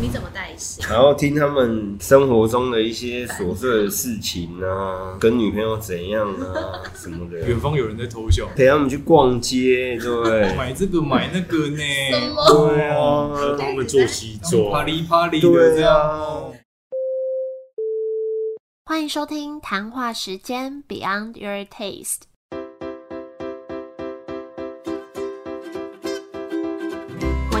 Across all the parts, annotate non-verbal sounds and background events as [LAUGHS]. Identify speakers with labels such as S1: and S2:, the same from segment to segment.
S1: 你怎么带戏？
S2: 然后听他们生活中的一些琐碎的事情啊，
S1: 嗯
S2: 跟女朋友怎样
S1: [LAUGHS]
S2: 啊什么的，
S3: 远方有人在偷笑，
S2: 陪他们去逛街，对不对？
S3: 买这个买那个呢，
S1: 什么
S2: 对啊，
S1: 哦
S4: 帮他们做西
S3: 啪
S4: 装，
S3: 哩啪哩的这
S2: 对
S3: 样。
S2: 啊，
S5: 欢迎收听谈话时间 Beyond Your Taste。我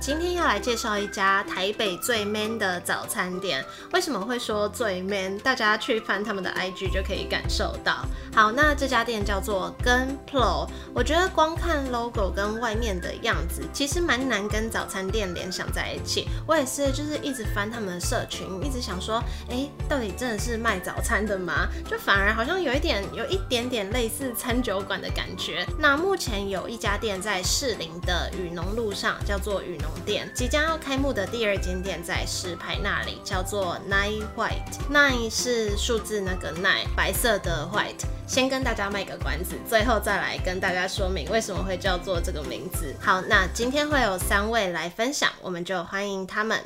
S5: 今天要来介绍一家台北最 man 的早餐店。为什么会说最 man？大家去翻他们的 IG 就可以感受到。好，那这家店叫做跟 Pro，我觉得光看 logo 跟外面的样子，其实蛮难跟早餐店联想在一起。我也是，就是一直翻他们的社群，一直想说，哎、到底真的是卖早餐的吗？就反而好像有一点，有一点点类似餐酒馆的感觉。那目前有一家店在士林的雨农路上，叫做雨农店，即将要开幕的第二间店在石牌那里，叫做 Nine White。Nine 是数字那个 Nine，白色的 White。先跟大家卖个关子，最后再来跟大家说明为什么会叫做这个名字。好，那今天会有三位来分享，我们就欢迎他们。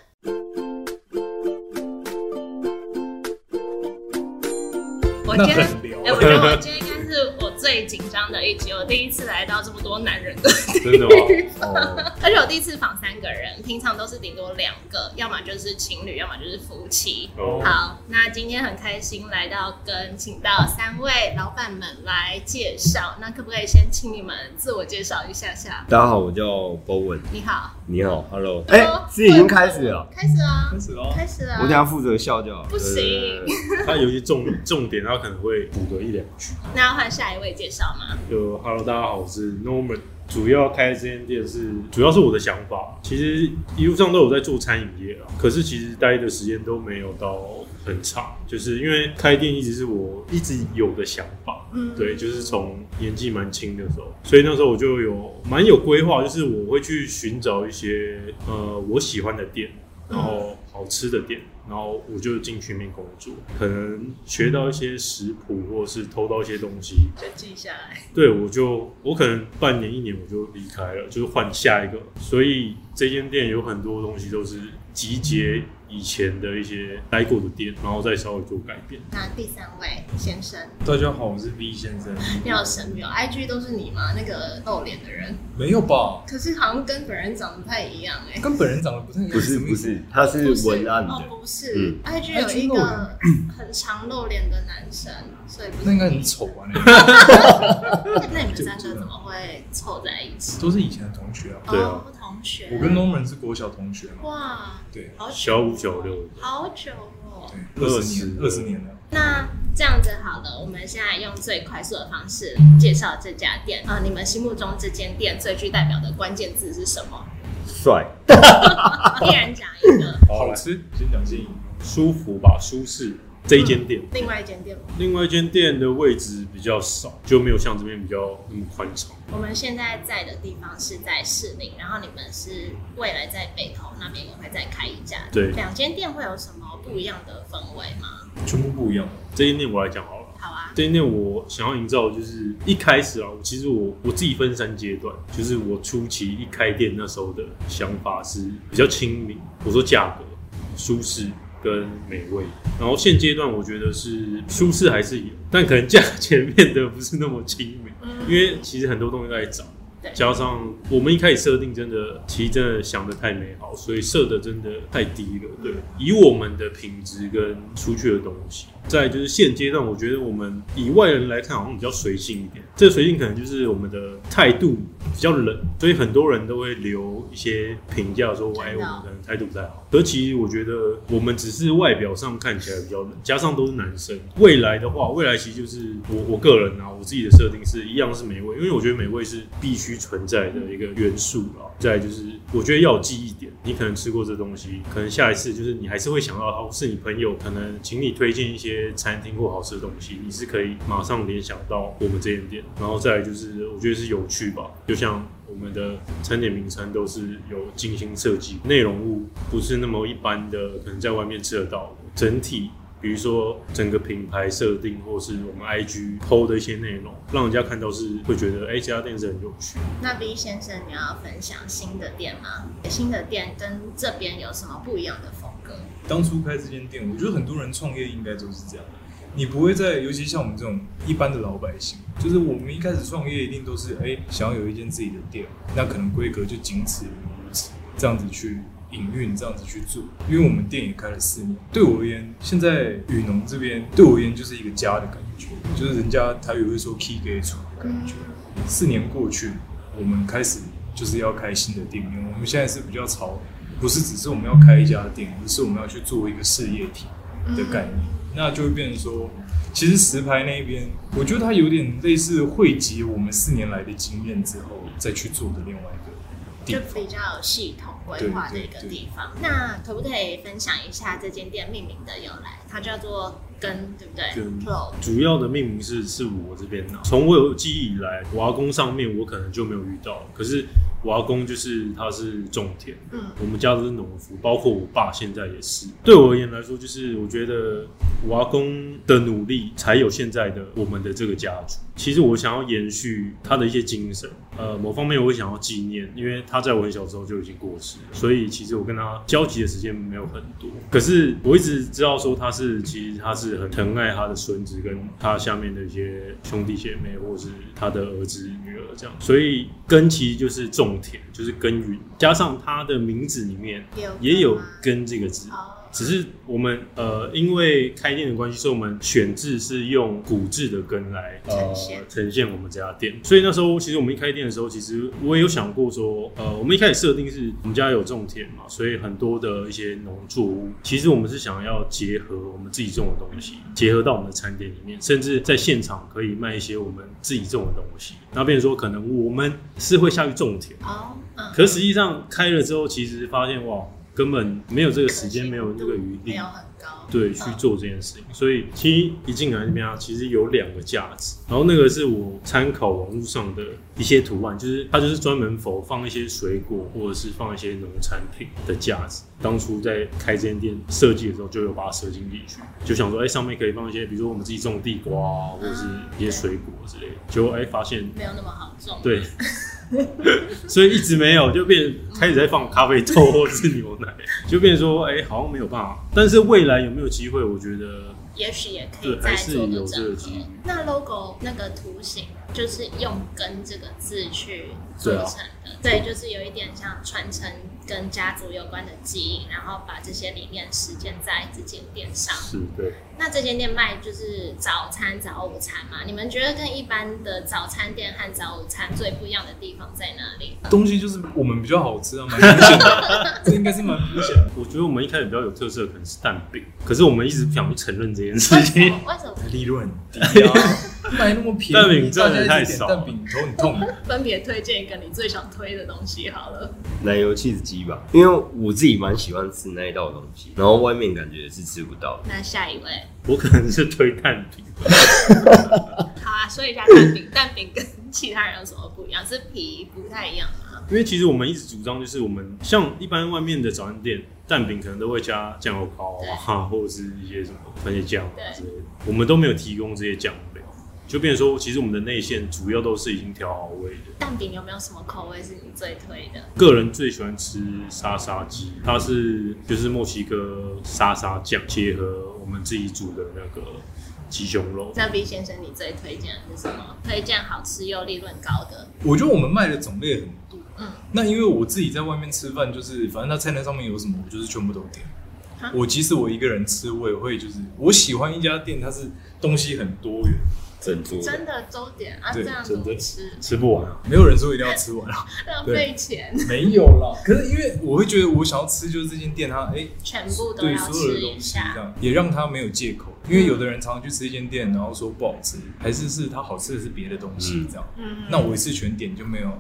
S1: 我
S3: 那
S1: 今天，
S3: 很
S2: 啊
S3: 聊啊
S1: 哎、，我觉得我今天应该是我最紧张的一集，我第一次来到这么多男人的 [LAUGHS]
S4: 真的吗？
S2: 哦，
S1: 而且我第一次访三个人，平常都是顶多两个，要么就是情侣，要么就是夫妻。
S4: 哦
S1: 好，那今天很开心来到跟请到三位老板们来介绍，那可不可以先请你们自我介绍一下下？
S2: 大家好，我叫 Bowen，
S1: 你好，
S2: 你好，Hello，哎，是已经开始了，
S1: 开始啊，
S3: 开始喽。
S1: 开始
S2: 我
S1: 哦啊
S2: 等一！下负责笑就好。
S1: 不行
S2: 对
S1: [LAUGHS]
S2: 对对对
S4: 他有一些重重点，他可能会补个一两句。
S1: 那要换下一位介绍吗？
S4: 就 Hello，大家好，我是 Norman。主要开这间店是，主要是我的想法。其实一路上都有在做餐饮业啊，可是其实待的时间都没有到很长，就是因为开店一直是我一直有的想法。
S1: 嗯
S4: 对，就是从年纪蛮轻的时候，所以那时候我就有蛮有规划，就是我会去寻找一些呃我喜欢的店，然后好吃的店，然后我就进去面工作，可能学到一些食谱，或者是偷到一些东西，
S1: 就记下来。
S4: 对，我就我可能半年一年我就离开了，就是换下一个。所以这间店有很多东西都是集结以前的一些待过的店，然后再稍微做改变。
S1: 那第三位先生，
S3: 大家好，我是 V 先生。
S1: 你好神秘哦！IG 都是你吗？那个露脸的人，
S3: 没有吧？
S1: 可是好像跟本人长得不太一样哎、
S3: 跟本人长得不太一样
S2: 不是
S3: 什么意
S2: 不
S3: 思
S2: 是，他是
S1: 不是
S2: 文案
S1: 哦，
S2: 的，
S1: 不是、
S2: 嗯
S1: i g 有一
S3: IG 露
S1: 个很常露脸的男生，所以不是
S3: 那应该
S1: 你
S3: 很丑啊，那个
S1: 那你们三个怎么会凑在一起？
S3: 都是以前的同学啊。
S4: 对啊
S1: 哦，同学，
S3: 我跟 Norman 是国小同学嘛，
S1: 哇，
S3: 对，
S1: 好久
S4: 小五小六
S1: 哦好久哦。
S3: 对，二十年，二
S4: 二
S3: 十
S4: 十
S3: 年了。
S1: 那这样子好了，我们现在用最快速的方式介绍这家店啊、呃你们心目中这间店最具代表的关键字是什么？
S2: 帅，
S1: 一人讲一个，
S3: 好吃，先讲先赢。
S4: 舒服吧，舒适这一间
S5: 嗯
S4: 店。
S1: 另外一间店吗？
S4: 另外一间店的位置比较少，就没有像这边比较那么宽敞。
S1: 我们现在在的地方是在士林，然后你们是未来在北投那边也会再开一家。
S4: 对
S1: 两间店会有什么不一样的氛围吗？
S3: 全部不一样。
S4: 这间店我来讲好了。
S1: 好啊，
S4: 这间店我想要营造的就是一开始啊，其实我我自己分三阶段，就是我初期一开店那时候的想法是比较亲民，我说价格、舒适跟美味。然后现阶段我觉得是舒适还是有，但可能价钱变得不是那么亲民，
S1: 嗯
S4: 因为其实很多东西都在涨
S1: 对。
S4: 加上我们一开始设定真的，其实真的想的太美好，所以设的真的太低了。对，以我们的品质跟出去的东西，再来就是现阶段，我觉得我们以外人来看好像比较随性一点。这个随性可能就是我们的态度比较冷，所以很多人都会留一些评价说，哎，
S1: 真
S4: 我
S1: 的
S4: 们
S1: 哦
S4: 可能态度不太好。可其实我觉得我们只是外表上看起来比较冷，加上都是男生。未来的话，未来其实就是我我个人啊，我自己的设定是一样是美味，因为我觉得美味是必须存在的一个元素啊。再来就是我觉得要有记忆点，你可能吃过这东西，可能下一次就是你还是会想到它，哦或是你朋友可能请你推荐一些餐厅或好吃的东西，你是可以马上联想到我们这间店。然后再来就是我觉得是有趣吧，就像我们的餐点名称都是有精心设计，内容物不是那么一般的，可能在外面吃得到的。整体比如说整个品牌设定，或是我们 IG PO 的一些内容，让人家看到是会觉得，哎、这家店是很有趣。
S1: 那 B 先生，你要分享新的店吗？新的店跟这边有什么不一样的风格？
S3: 当初开这间店，我觉得很多人创业应该都是这哎样。你不会在，尤其像我们这种一般的老百姓，就是我们一开始创业一定都是哎、想要有一间自己的店，那可能规格就仅此于此，这样子去营运，这样子去做。因为我们店也开了四年，对我而言，现在雨农这边对我而言就是一个家的感觉，就是人家台语会说 “key 给出”的感觉。四年过去，我们开始就是要开新的店面。我们现在是比较朝，不是只是我们要开一家店，而是我们要去做一个事业体的概念。那就会变成说，其实石牌那边，我觉得它有点类似汇集我们四年来的经验之后再去做的另外一个地
S1: 就
S3: 方。
S1: 比较有系统规划的一个地方。那可不可以分享一下这间店命名的由来？它叫做“根”，对不对
S4: 根
S1: p r o
S4: 主要的命名是是我这边拿，从我有记忆以来，我阿公上面我可能就没有遇到，可是我阿公就是他是种田，
S1: 嗯，
S4: 我们家都是农夫，包括我爸现在也是。对我而言来说，就是我觉得我阿公的努力才有现在的我们的这个家族。其实我想要延续他的一些精神，呃，某方面我会想要纪念，因为他在我很小的时候就已经过世了，所以其实我跟他交集的时间没有很多。可是我一直知道说他是，其实他是很疼爱他的孙子跟他下面的一些兄弟姐妹，或是他的儿子女儿这样。所以根其实就是种田，就是耕耘，加上他的名字里面也有“耕”这个字。
S1: 哦，
S4: 只是我们呃，因为开店的关系，所以我们选字是用古字的根来呃
S1: 呈现
S4: 呈现我们这家店。所以那时候其实我们一开店的时候，其实我也有想过说，呃，我们一开始设定是我们家有种田嘛，所以很多的一些农作物，其实我们是想要结合我们自己种的东西，结合到我们的餐点里面，甚至在现场可以卖一些我们自己种的东西。那变成说，可能我们是会下去种田。
S1: 哦，嗯，
S4: 可实际上开了之后，其实发现哇，根本没有这个时间，没有这个余
S1: 没
S4: 力
S1: 有，很高，
S4: 对，去做这件事情。所以其实一进来那边啊，其实有两个架子，然后那个是我参考网络上的一些图案，就是它就是专门否放一些水果或者是放一些农产品的架子。当初在开这间店设计的时候，就有把它设进进去，就想说，哎、上面可以放一些，比如说我们自己种的地瓜啊，或者是一些水果之类的。结果哎、发现
S1: 没有那么好种，，
S4: 对， [LAUGHS] 所以一直没有，就变开始在放咖啡豆或是牛奶， [LAUGHS] 就变成说，哎、好像没有办法。但是未来有没有机会，我觉得
S1: 也许也可以
S4: 对
S1: 再
S4: 还是
S1: 做
S4: 有
S1: 个
S4: 这个
S1: 整
S4: 机遇
S1: 合。。那 logo 那个图形就是用“根”这个字去做
S4: 对啊
S1: 成的，对，就是有一点像传承跟家族有关的记忆，然后把这些理念实践在自己的店上。
S4: 是对，
S1: 那这间店卖就是早餐、早午餐嘛？你们觉得跟一般的早餐店和早午餐最不一样的地方在哪
S4: [LAUGHS]
S1: 里？
S3: 东西就是我们比较好吃啊，蛮明显的，这应该是蛮明显的。
S4: 我觉得我们一开始比较有特色的可能是蛋饼，可是我们一直不想去承认这件
S1: [LAUGHS]
S4: 事
S1: 为什
S4: 情。
S1: 么？为什么
S3: 利润很低啊， [LAUGHS] 卖那么便宜，
S4: 蛋饼真的
S3: 大家一
S4: 太
S3: 直点
S4: 少
S3: 蛋饼头很痛。
S1: 分别推荐一个你最想推的东西好了？
S2: 奶油 cheese 鸡吧，因为我自己蛮喜欢吃那一道东西，然后外面感觉是吃不到的。
S1: 那下一位，
S4: [LAUGHS] 我可能是推蛋饼， [LAUGHS]
S1: 好啊，说一下蛋饼。 [LAUGHS] 蛋饼跟其他人有什么不一样？是皮不太一样吗？
S4: 因为其实我们一直主张就是我们像一般外面的早餐店蛋饼可能都会加酱油膏啊，或者是一些什么番茄酱啊
S1: 对
S4: 之类的，我们都没有提供这些酱料，就变成说其实我们的内馅主要都是已经调好味的。
S1: 蛋饼有没有什么口味是你最推的？
S4: 个人最喜欢吃沙沙鸡，它是就是墨西哥沙沙酱结合我们自己煮的那个鸡胸肉，
S1: 那 B 先生，你最推荐的是什么？推荐好吃又利润高的？
S3: 我觉得我们卖的种类很多，
S1: 嗯
S3: 那因为我自己在外面吃饭，就是反正他菜单上面有什么，我就是全部都点
S1: 哈。
S3: 我即使我一个人吃，我也会就是我喜欢一家店，它是东西很多元，
S2: 整桌
S1: 真的周点啊，这
S3: 对
S1: 样怎么
S4: 真的
S1: 吃？
S3: [LAUGHS]
S4: 吃不完啊。
S3: 没有人说一定要吃
S1: [LAUGHS]
S3: 完啊，
S1: 浪
S3: 对
S1: 费钱。
S3: 没有啦。可是因为我会觉得我想要吃，就是这间店它哎、
S1: 全部都
S3: 对
S1: 要
S3: 所有
S1: 吃
S3: 的
S1: 一
S3: 东西这
S1: 下。
S3: 样，也让他没有借口。因为有的人常常去吃一间店，然后说不好吃，还是是他好吃的是别的东西这样。
S1: 嗯
S3: 那我一次全点就没有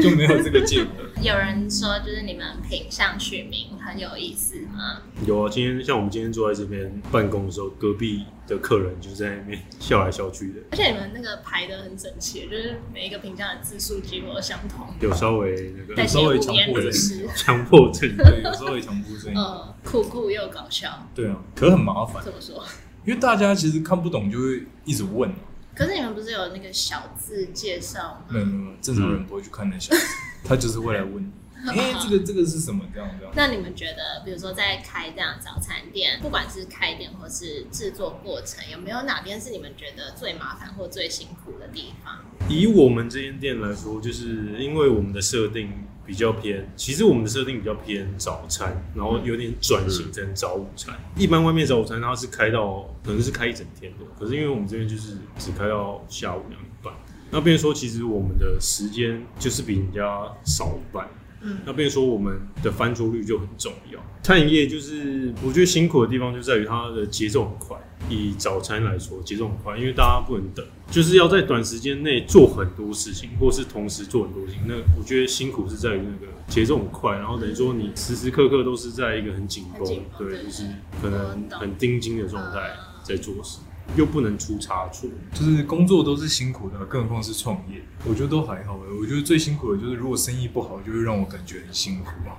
S3: 就没有这个借口。
S1: 有人说，就是你们品相取名很有意思吗？
S4: 有啊，今天像我们今天坐在这边办公的时候，隔壁的客人就在那边笑来笑去的，
S1: 而且你们那个排的很整齐，就是每一个评价的字数几乎都相同，
S4: 有稍微那
S1: 但
S4: 个
S1: 是
S3: 稍
S1: 也
S3: 微
S1: 无
S3: 强
S1: 言
S3: 迫
S1: 以
S3: 的
S1: 释，
S4: [LAUGHS] 强迫症。
S3: 对，有时候也强迫症。
S1: 呃，酷酷又搞笑，
S3: 对啊，可是很麻烦，
S1: 怎么说？
S3: 因为大家其实看不懂就会一直问嘛。
S1: 可是你们不是有那个小字介绍
S3: 没有
S1: 吗？
S3: 没有没有，正常人不会去看那小孩子，他就是会来问你，哎、这个这个是什么？这样这样。
S1: 那你们觉得，比如说在开这样早餐店，不管是开店或是制作过程，有没有哪边是你们觉得最麻烦或最辛苦的地方？
S4: 以我们这间店来说，就是因为我们的设定比较偏，其实我们的设定比较偏早餐，然后有点转型成早午餐。一般外面早午餐它是开到可能是开一整天的，可是因为我们这边就是只开到下午两点半。那变成说，其实我们的时间就是比人家少一半。
S1: 嗯
S4: 那变成说我们的翻桌率就很重要。餐饮业就是我觉得辛苦的地方就在于它的节奏很快。以早餐来说，节奏很快，因为大家不能等，就是要在短时间内做很多事情，或是同时做很多事情。那我觉得辛苦是在于那个节奏很快，然后等于说你时时刻刻都是在一个很紧
S1: 很
S4: 绷
S1: 紧，绷
S4: 对，
S1: 对
S4: 就是可能很盯紧的状态
S1: 嗯
S4: 在做事，又不能出差错。
S3: 就是工作都是辛苦的，更何况是创业，我觉得都还好哎、我觉得最辛苦的就是如果生意不好，就会让我感觉很辛苦啊。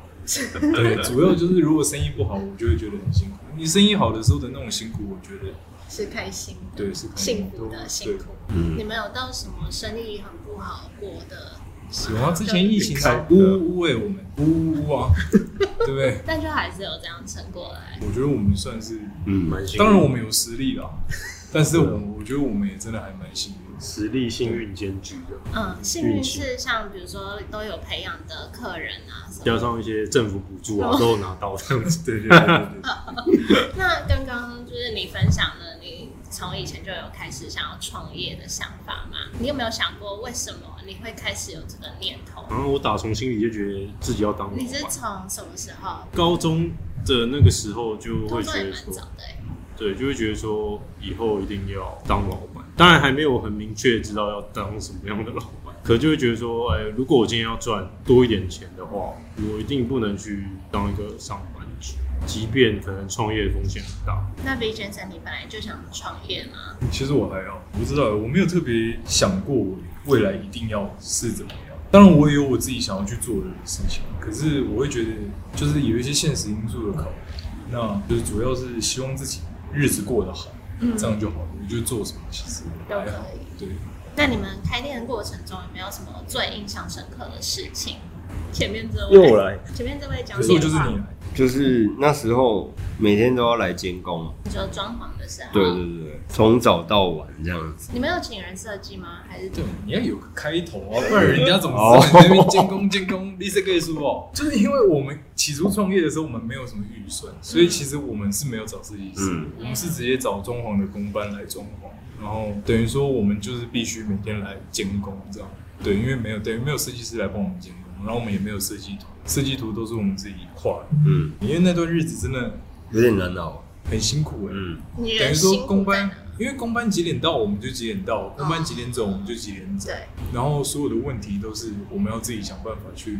S3: 对，主要就是如果生意不好，我就会觉得很辛苦。你生意好的时候的那种辛苦，我觉得
S1: 是开心的，
S3: 对是开心
S1: 幸福的
S3: 对
S1: 辛苦。
S2: 嗯
S1: 你们有到什么生意很不好过的？
S3: 是啊。之前疫情啊，
S2: 对
S3: 呜呜呜哎，我们呜呜呜啊，对不对？
S1: 但就还是有这样撑过来。
S3: 我觉得我们算是，
S2: 嗯，
S4: 蛮辛苦
S3: 当然我们有实力啦，但是我们我觉得我们也真的还蛮幸运的。 [LAUGHS]
S4: 实力幸运兼具的，
S1: 嗯，幸运
S4: 运气
S1: 是像比如说都有培养的客人啊什
S4: 加
S1: 么。
S4: 上一些政府补助
S1: 哦
S4: 啊，都有拿到这样
S1: [LAUGHS]
S4: 子。
S3: 对对对对对，
S1: 那刚刚就是你分享了你从以前就有开始想要创业的想法嘛？你有没有想过为什么你会开始有这个念头？
S4: 然后我打从心里就觉得自己要当老板。
S1: 你是从什么时候？
S4: 高中的那个时候就
S1: 工
S4: 会
S1: 作
S4: 觉
S1: 也
S4: 得
S1: 蛮
S4: 说
S1: 早，的、欸，
S4: 对，就会觉得说以后一定要当老板。当然还没有很明确知道要当什么样的老板，可就会觉得说，哎，如果我今天要赚多一点钱的话，我一定不能去当一个上班族，即便可能创业风险很大。
S1: 那 V 先生，你本来就想创业吗？
S3: 其实我还好，我不知道，我没有特别想过我未来一定要是怎么样。当然，我也有我自己想要去做的事情，可是我会觉得就是有一些现实因素的考量，那就是主要是希望自己日子过得好，
S1: 嗯
S3: 这样就好了。我觉得做什么其实
S1: 都可
S3: 还好，
S1: 以。
S3: 对。
S1: 那你们开店的过程中有没有什么最印象深刻的事情？前面这
S2: 又
S1: 位，
S2: 来，
S1: 前面这位讲
S3: 可是我
S1: 电
S3: 就是
S1: 话，
S3: 你，啊
S2: 就是那时候每天都要来监工，
S1: 你说装潢的时候，
S2: 对对对对，从早到晚这样子。
S1: 你们有请人设计吗？还是
S3: 对，你要有个开头啊，不然人家怎
S2: 哦
S3: 么知道你在那边监工监工？你是可以说哦，就是因为我们起初创业的时候，我们没有什么预算，所以其实我们是没有找设计师，
S2: 嗯
S3: 我们是直接找装潢的工班来装潢，然后等于说我们就是必须每天来监工这样。对，因为没有等于没有设计师来帮我们监工，然后我们也没有设计图，设计图都是我们自己画的。
S2: 嗯，
S3: 因为那段日子真的
S2: 有点难熬。
S3: 很辛苦哎、
S2: 嗯，
S1: 你
S3: 等于
S1: 人
S3: 说
S1: 辛
S3: 公
S1: 苦在
S3: 班
S1: 哪？，
S3: 因为公班几点到我们就几点到，公班几点走我们就几点走。
S1: 对，
S3: 然后所有的问题都是我们要自己想办法去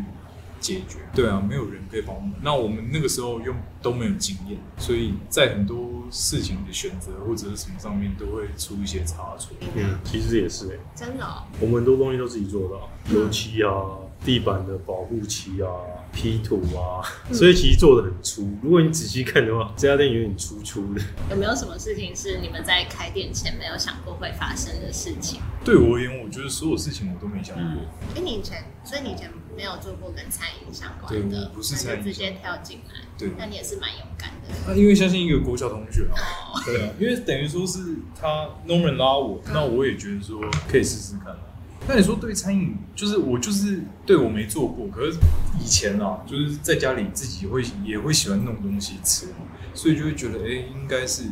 S3: 解决。对啊，没有人可以帮我们。那我们那个时候又都没有经验，所以在很多事情的选择或者是什么上面都会出一些差错。
S4: 嗯，其实也是哎、
S1: 真的、哦，
S4: 我们很多东西都自己做到，
S1: 嗯
S4: 油漆啊、地板的保护漆啊、P 图啊，
S1: 嗯
S4: [LAUGHS] 所以其实做的很粗。如果你仔细看的话，这家店有点粗粗的。
S1: 有没有什么事情是你们在开店前没有想过会发生的事情？
S3: 对我而言，我觉得所有事情我都没想过。
S1: 哎、你以前，所以你以前没有做过跟餐饮相
S3: 对
S1: 关的，
S3: 我不是
S1: 那
S3: 餐
S1: 就
S3: 饮
S1: 直接跳进来，
S3: 对
S1: 那你也是蛮勇敢的。
S3: 那啊因为相信一个国小同学啊，
S1: 哦，
S3: 对啊，因为等于说是他 Norman 拉我，那我也觉得说可以试试看啊。那你说对餐饮，就是我就是对我没做过，可是以前啊，就是在家里自己会也会喜欢弄东西吃，所以就会觉得哎、诶应该是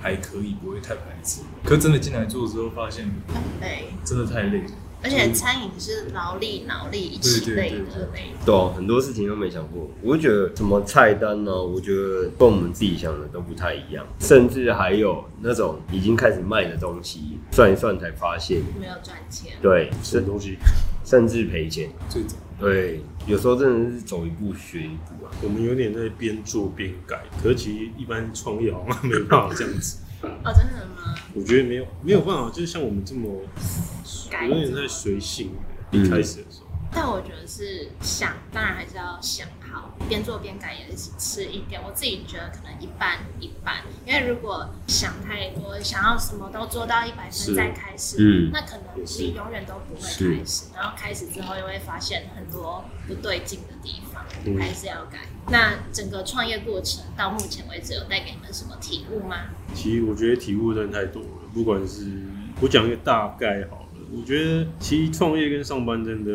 S3: 还可以，不会太排斥。可是真的进来做之后，发现
S1: 很累，
S3: 真的太累了。
S1: 而且餐饮是劳力、脑力一起
S3: 对
S1: 累
S3: 对对
S1: 的累。
S2: 对啊、很多事情都没想过。我就觉得什么菜单呢、我觉得跟我们自己想的都不太一样，甚至还有那种已经开始卖的东西，算一算才发现，
S1: 没有赚钱，
S2: 对，
S4: 什
S2: 甚
S4: 么东西？
S2: 甚至赔钱。
S3: 最早
S2: 对，有时候真的是走一步学一步啊。
S1: [LAUGHS]
S4: 我们有点在边做边改，可是其实一般创业好像没办法这样子。
S1: 哦，真的吗？
S4: 我觉得没有没有办法，就是像我们这么
S1: 改嗯
S4: 有点太随性的，一开始的时候。
S1: 但我觉得是想，当然还是要想好，边做边改也是吃一点。我自己觉得可能一半一半，因为如果想太多，想要什么都做到一百
S4: 是
S1: 分再开始，
S2: 嗯
S1: 那可能
S4: 也是
S1: 你永远都不会
S2: 是
S1: 开始。然后开始之后又会发现很多不对劲的地方，
S4: 嗯
S1: 还是要改。那整个创业过程到目前为止有带给你们什么体悟吗？
S4: 其实我觉得体悟真的太多了，不管是我讲一个大概好了，我觉得其实创业跟上班真的，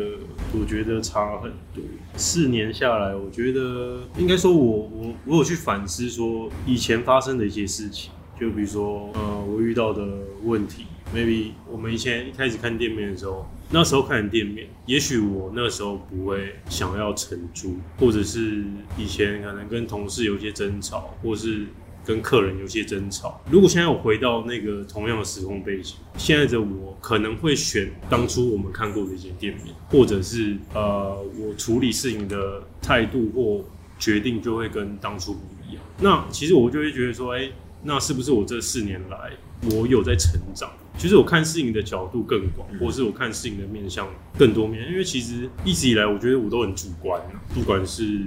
S4: 我觉得差很多。四年下来，我觉得应该说我我我有去反思说以前发生的一些事情，就比如说呃我遇到的问题，maybe 我们以前一开始看店面的时候，那时候看店面，也许我那时候不会想要承租，或者是以前可能跟同事有一些争吵，或是跟客人有些争吵。如果现在我回到那个同样的时空背景，现在的我可能会选当初我们看过的一些店面，或者是呃，我处理事情的态度或决定就会跟当初不一样。那其实我就会觉得说，哎、那是不是我这四年来我有在成长？其实我看事情的角度更广，或是我看事情的面向更多面，因为其实一直以来我觉得我都很主观啊，不管是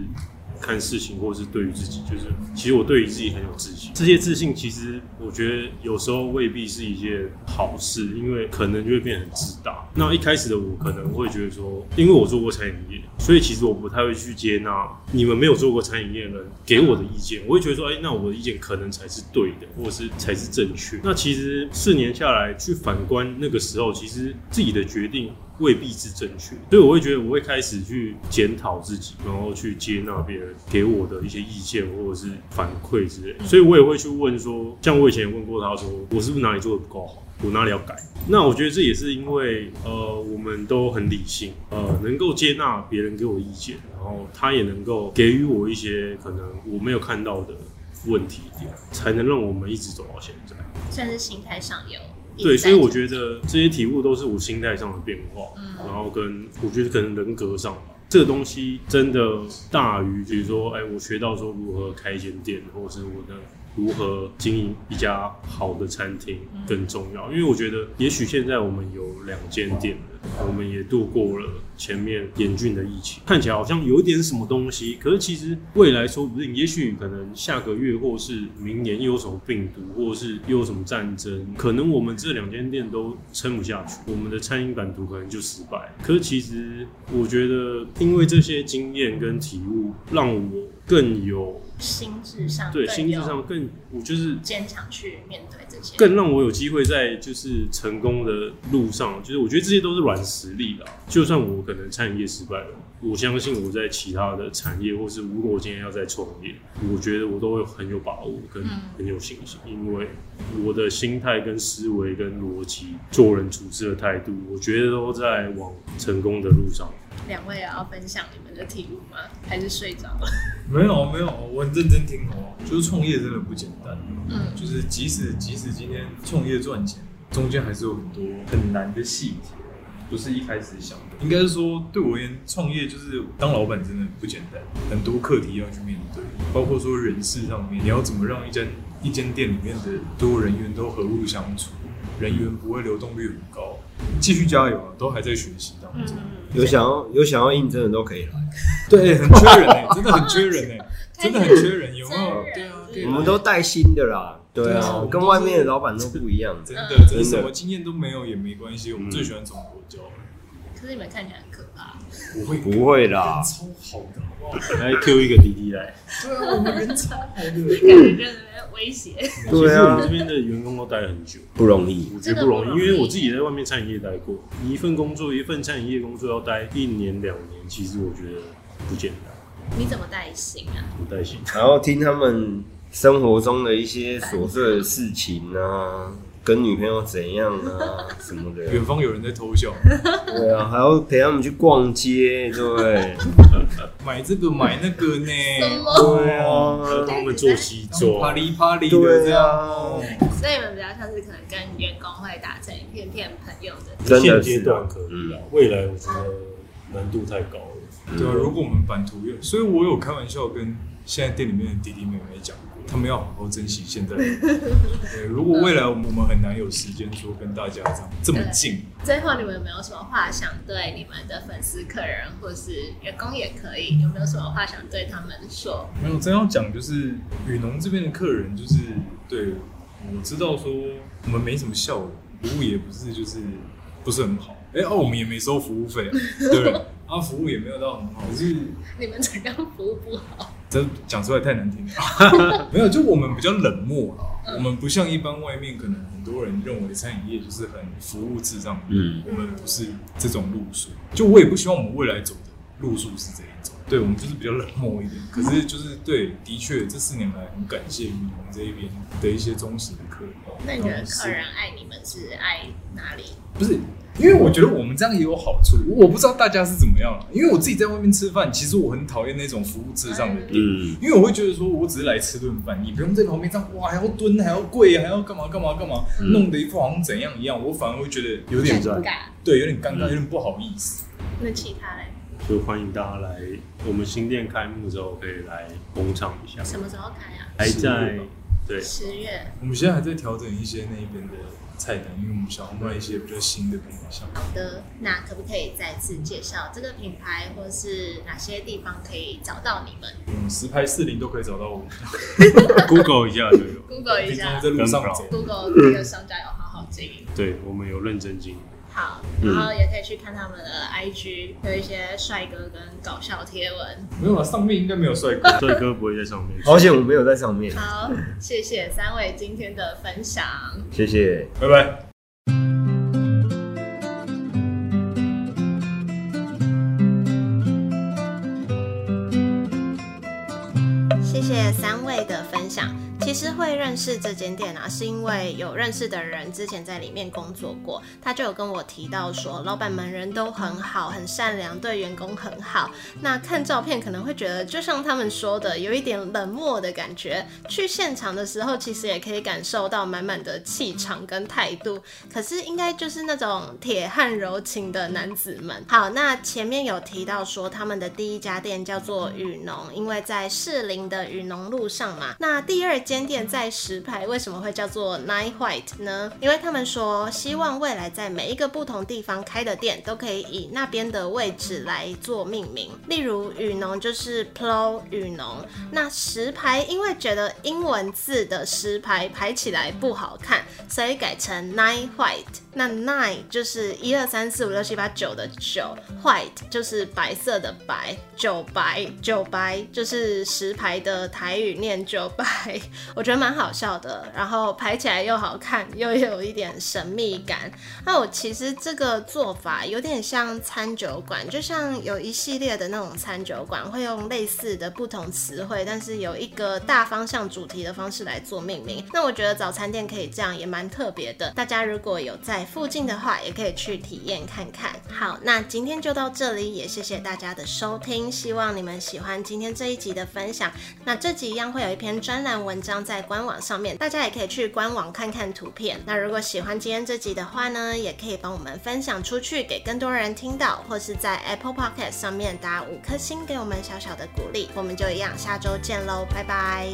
S4: 看事情，或是对于自己，就是其实我对于自己很有自信。这些自信其实我觉得有时候未必是一件好事，因为可能就会变得很自大。那一开始的我可能会觉得说，因为我做过餐饮业，所以其实我不太会去接纳你们没有做过餐饮业的人给我的意见。我会觉得说，哎，那我的意见可能才是对的，或者是才是正确。那其实四年下来去反观那个时候，其实自己的决定未必是正确，所以我会觉得我会开始去检讨自己，然后去接纳别人给我的一些意见或者是反馈之类的，所以我也会去问说，像我以前也问过他说，我是不是哪里做的不够好，我哪里要改？那我觉得这也是因为呃，我们都很理性，呃，能够接纳别人给我意见，然后他也能够给予我一些可能我没有看到的问题点，才能让我们一直走到现在。
S1: 算是心态上有一直在。
S4: 对，所以我觉得这些体悟都是我心态上的变化，
S1: 嗯
S4: 然后跟我觉得可能人格上吧，这个东西真的大于，比如说，哎，我学到说如何开一间店，或者是我的如何经营一家好的餐厅更重要。因为我觉得，也许现在我们有两间店了，我们也度过了前面严峻的疫情，看起来好像有点什么东西，可是其实未来说不定，也许可能下个月或是明年又有什么病毒，或是又有什么战争，可能我们这两间店都撑不下去，我们的餐饮版图可能就失败。可是其实我觉得，因为这些经验跟体悟，让我更有
S1: 心智上
S4: 对
S1: 更
S4: 心智
S1: 有
S4: 上更，我就是
S1: 坚强去面对这些，
S4: 更让我有机会在就是成功的路上，就是我觉得这些都是软实力啦。就算我可能餐饮业失败了，我相信我在其他的产业，或是如果我今天要再创业，我觉得我都会很有把握跟
S1: 嗯
S4: 很有信心，因为我的心态、跟思维、跟逻辑、做人处事的态度，我觉得都在往成功的路上。
S1: 两位有要分享你们的体悟吗？还是睡着了？
S3: 没有没有，我很认真听哦。就是创业真的不简单，
S1: 嗯，
S3: 就是即使即使今天创业赚钱，中间还是有很多很难的细节，不是一开始想的。应该是说，对我而言，创业就是当老板真的不简单，很多课题要去面对，包括说人事上面，你要怎么让一间一间店里面的所有人员都和睦相处，人员不会流动率很高。继续加油啊，都还在学习当中。
S2: 有想要有想要应征的都可以来，
S3: 对，很缺人哎、真的很缺人哎、 [LAUGHS] 真的很缺人，有没有
S1: 真？人
S3: 对啊，对啊
S2: 我们都带新的啦，对
S3: 对啊我
S2: 啊
S3: 们，
S2: 跟
S3: 都
S2: 外
S3: 是
S2: 面的老板都不一样。
S3: 真的，真的什
S2: 真
S3: 么
S2: 的
S3: 经验都没有也没关系，我们最喜欢从国教了。
S1: 可是你们看起来很可怕。
S3: 我会
S2: 不会啦，
S3: 超好的，好不好？
S4: 来 Q 一个滴滴来，
S3: 对啊，我们人超好
S1: 感
S3: 的。
S1: 觉就是威胁。
S4: 其
S2: 对
S4: 实我们
S2: 啊
S4: 这，边的员工都待很久。
S2: 不容易。
S4: 我觉得不容易，因为我自己在外面餐饮业待过，一份工作一份餐饮业工作要待一年两年，其实我觉得不简单，
S1: 你怎么带薪啊？
S4: 不带薪。
S2: 然后听他们生活中的一些琐碎的事情啊，跟女朋友怎样 [LAUGHS] 啊什么的，
S3: 远方有人在偷笑，
S2: 对啊，还要陪他们去逛街，对不对？
S3: 买这个买那个呢，
S1: 么？
S2: 对
S4: [LAUGHS]
S2: 啊，
S4: 呃帮他们做西装，
S3: 啪哩啪哩的这
S2: 对
S3: 样。
S2: 啊，
S1: 所以你们比较像是可能跟员工会打成一片片朋友的。
S2: 真
S4: 现
S2: 的
S4: 阶
S2: 是
S4: 段
S2: 啊
S4: 可以啊
S2: 嗯，
S4: 未来我觉得难度太高了。
S3: 对啊，如果我们版图越，所以我有开玩笑跟现在店里面的弟弟妹妹讲过，他们要好好珍惜现在的人。对，如果未来我们我们很难有时间说跟大家这样这么近，
S1: 最后，你们有没有什么话想对你们的粉丝、客人或是员工也可以？有没有什么话想对他们说？
S3: 没有，真要讲就是雨农这边的客人，就是对我知道说我们没什么效果，服务也不是就是不是很好。哎、哦，我们也没收服务费、啊，对不对？啊，服务也没有到很好，就是
S1: 你们怎样服务不好？
S3: 这讲出来太难听了。没有，就我们比较冷漠啦，我们不像一般外面可能很多人认为餐饮业就是很服务至上，
S2: 嗯
S3: 我们不是这种路数。就我也不希望我们未来走的路数是这一种。对，我们就是比较冷漠一
S1: 嗯
S3: 点，可是就是对，的确这四年来很感谢雨桐这一边的一些忠实的客人。
S1: 那你觉得
S3: 然后是
S1: 客人爱你们是爱哪里？
S3: 不是，因为我觉得我们这样也有好处。我不知道大家是怎么样了，啊因为我自己在外面吃饭，其实我很讨厌那种服务至上的店，
S2: 嗯，
S3: 因为我会觉得说我只是来吃顿饭，你不用在旁边这样哇，还要蹲，还要跪，还要干嘛干嘛干嘛，
S2: 嗯
S3: 弄得一副好像怎样一样，我反而会觉得有点
S2: 在
S1: 尴尬。
S3: 对，有点尴尬，有
S4: 嗯
S3: 点不好意思。
S1: 那其他嘞？
S4: 就欢迎大家来我们新店开幕的时候可以来捧场一下，
S1: 什么时候开啊？
S4: 还
S3: 十月
S4: 在
S3: 吧
S4: 对
S1: 十月。
S3: 我们现在还在调整一些那一边的菜单，因为我们想要卖一些比较新的品项。
S1: 好的，那可不可以再次介绍这个品牌，或是哪些地方可以找到你们
S3: 嗯，实拍四零都可以找到我们，
S4: Google 一下就有。
S1: ？Google 一
S3: 平常
S1: 下
S3: 在路上走。
S1: ，Google 这个商家有好好经营。
S4: 对，我们有认真经营。 [LAUGHS]
S1: 好，
S2: 嗯
S1: 然后也可以去看他们的 IG，有一些帅哥跟搞笑贴文。
S3: 没有啊，上面应该没有帅哥。
S4: 帅哥不会在上面。
S2: 好险我没有在上面，
S1: 好，谢谢三位今天的分享。
S2: 谢谢。
S3: 拜拜。
S5: 谢谢三位的分享。其实会认识这间店啊，是因为有认识的人之前在里面工作过，他就有跟我提到说，老板们人都很好，很善良，对员工很好。那看照片可能会觉得，就像他们说的，有一点冷漠的感觉。去现场的时候，其实也可以感受到满满的气场跟态度。可是应该就是那种铁汉柔情的男子们。好，那前面有提到说他们的第一家店叫做雨农，因为在士林的雨农路上嘛。那第二间店在石牌，为什么会叫做 Nine White 呢？因为他们说希望未来在每一个不同地方开的店都可以以那边的位置来做命名，例如雨农就是 Plo 雨农，那石牌因为觉得英文字的石牌排起来不好看，所以改成 nine white。那 nine 就是一二三四五六七八九的九，white 就是白色的白，九白九白就是石牌的台语念九白， [LAUGHS] 我觉得蛮好笑的。然后排起来又好看，又有一点神秘感。那我其实这个做法有点像餐酒馆，就像有一系列的那种餐酒馆会用类似的不同词汇，但是有一个大方向主题的方式来做命名。那我觉得早餐店可以这样，也蛮特别的。大家如果有在附近的话，也可以去体验看看。好，那今天就到这里，也谢谢大家的收听，希望你们喜欢今天这一集的分享。那这集一样会有一篇专栏文章在官网上面，大家也可以去官网看看图片。那如果喜欢今天这集的话呢，也可以帮我们分享出去，给更多人听到，或是在 Apple Podcast 上面打五颗星，给我们小小的鼓励。我们就一样，下周见喽，拜拜。